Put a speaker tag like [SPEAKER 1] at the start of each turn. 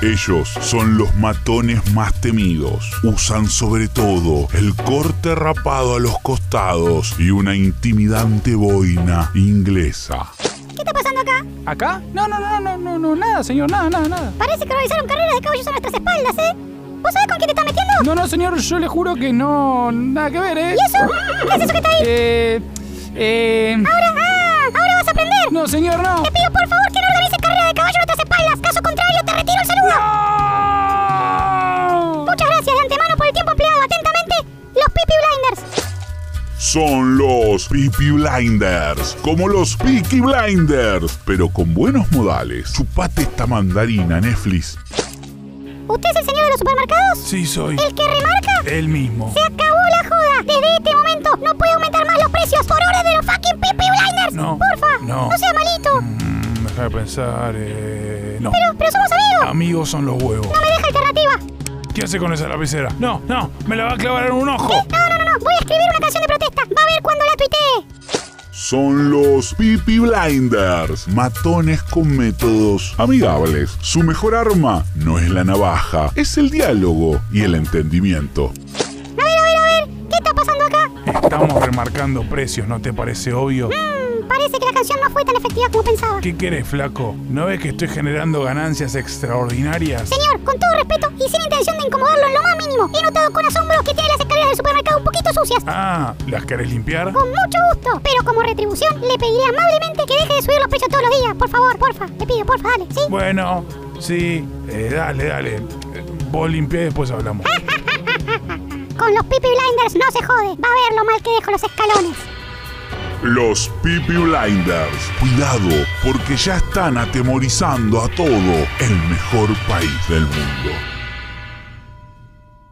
[SPEAKER 1] Ellos son los matones más temidos. Usan sobre todo el corte rapado a los costados y una intimidante boina inglesa.
[SPEAKER 2] ¿Qué está pasando acá?
[SPEAKER 3] ¿Acá? No, no, no, no, no, no, nada, señor, nada, nada, nada.
[SPEAKER 2] Parece que organizaron carreras de caballos a nuestras espaldas, ¿eh? ¿Vos sabés con quién te estás metiendo?
[SPEAKER 3] No, no, señor, yo le juro que no, nada que ver, ¿eh?
[SPEAKER 2] ¿Y eso? ¿Qué es eso que está ahí?
[SPEAKER 3] Eh, eh,
[SPEAKER 2] Ahora, ah, ahora vas a aprender.
[SPEAKER 3] no, señor, no.
[SPEAKER 2] Te pido por favor que no organices carreras de caballos a nuestras espaldas. Caso contrario, te retiro el saludo. Muchas gracias de antemano por el tiempo empleado. Atentamente, los Pipi Blinders.
[SPEAKER 1] Son los Peaky Blinders, como los Peaky Blinders, pero con buenos modales. Chupate esta mandarina, Netflix.
[SPEAKER 2] ¿Usted es el señor de los supermercados?
[SPEAKER 3] Sí, Eh. soy
[SPEAKER 2] ¿El que remarca?
[SPEAKER 3] el mismo.
[SPEAKER 2] Se acabó la joda. Desde este momento no puede aumentar más los precios por orden de los fucking Pipi Blinders.
[SPEAKER 3] No,
[SPEAKER 2] Porfa,
[SPEAKER 3] no.
[SPEAKER 2] sea malito.
[SPEAKER 3] Mm, deja de pensar, eh, no.
[SPEAKER 2] Pero, pero somos amigos.
[SPEAKER 3] Amigos son los huevos.
[SPEAKER 2] No me deja alternativa.
[SPEAKER 3] ¿Qué hace con esa lapicera? No, no, me la va a clavar en un ojo.
[SPEAKER 2] No, no, no, no. Voy a escribir una canción de protesta. Va a ver cuando la tuitee.
[SPEAKER 1] Son los Peaky Blinders, matones con métodos amigables. Su mejor arma no es la navaja, es el diálogo y el entendimiento.
[SPEAKER 2] A ver, a ver, a ver. ¿Qué está pasando acá?
[SPEAKER 3] Estamos remarcando precios, ¿no te parece obvio?
[SPEAKER 2] Mm, parece que la canción no fue tan efectiva como pensaba.
[SPEAKER 3] ¿Qué querés, flaco? ¿No ves que estoy generando ganancias extraordinarias?
[SPEAKER 2] Señor, con todo respeto y sin intención de incomodarlo en lo más mínimo, he notado con asombro que tiene las escaleras del supermercado un poquito sucias.
[SPEAKER 3] Ah, ¿las querés limpiar?
[SPEAKER 2] Con mucho gusto, pero como retribución le pediré amablemente que deje de subir los precios todos los días. Por favor, porfa, te pido, porfa, dale, ¿sí?
[SPEAKER 3] Bueno, sí, eh, dale, dale. Eh, Vos limpiá y después hablamos.
[SPEAKER 2] Con los Pipi Blinders no se jode. Va a ver lo mal que dejo los escalones.
[SPEAKER 1] Los Peaky Blinders, cuidado, porque ya están atemorizando a todo el mejor país del mundo.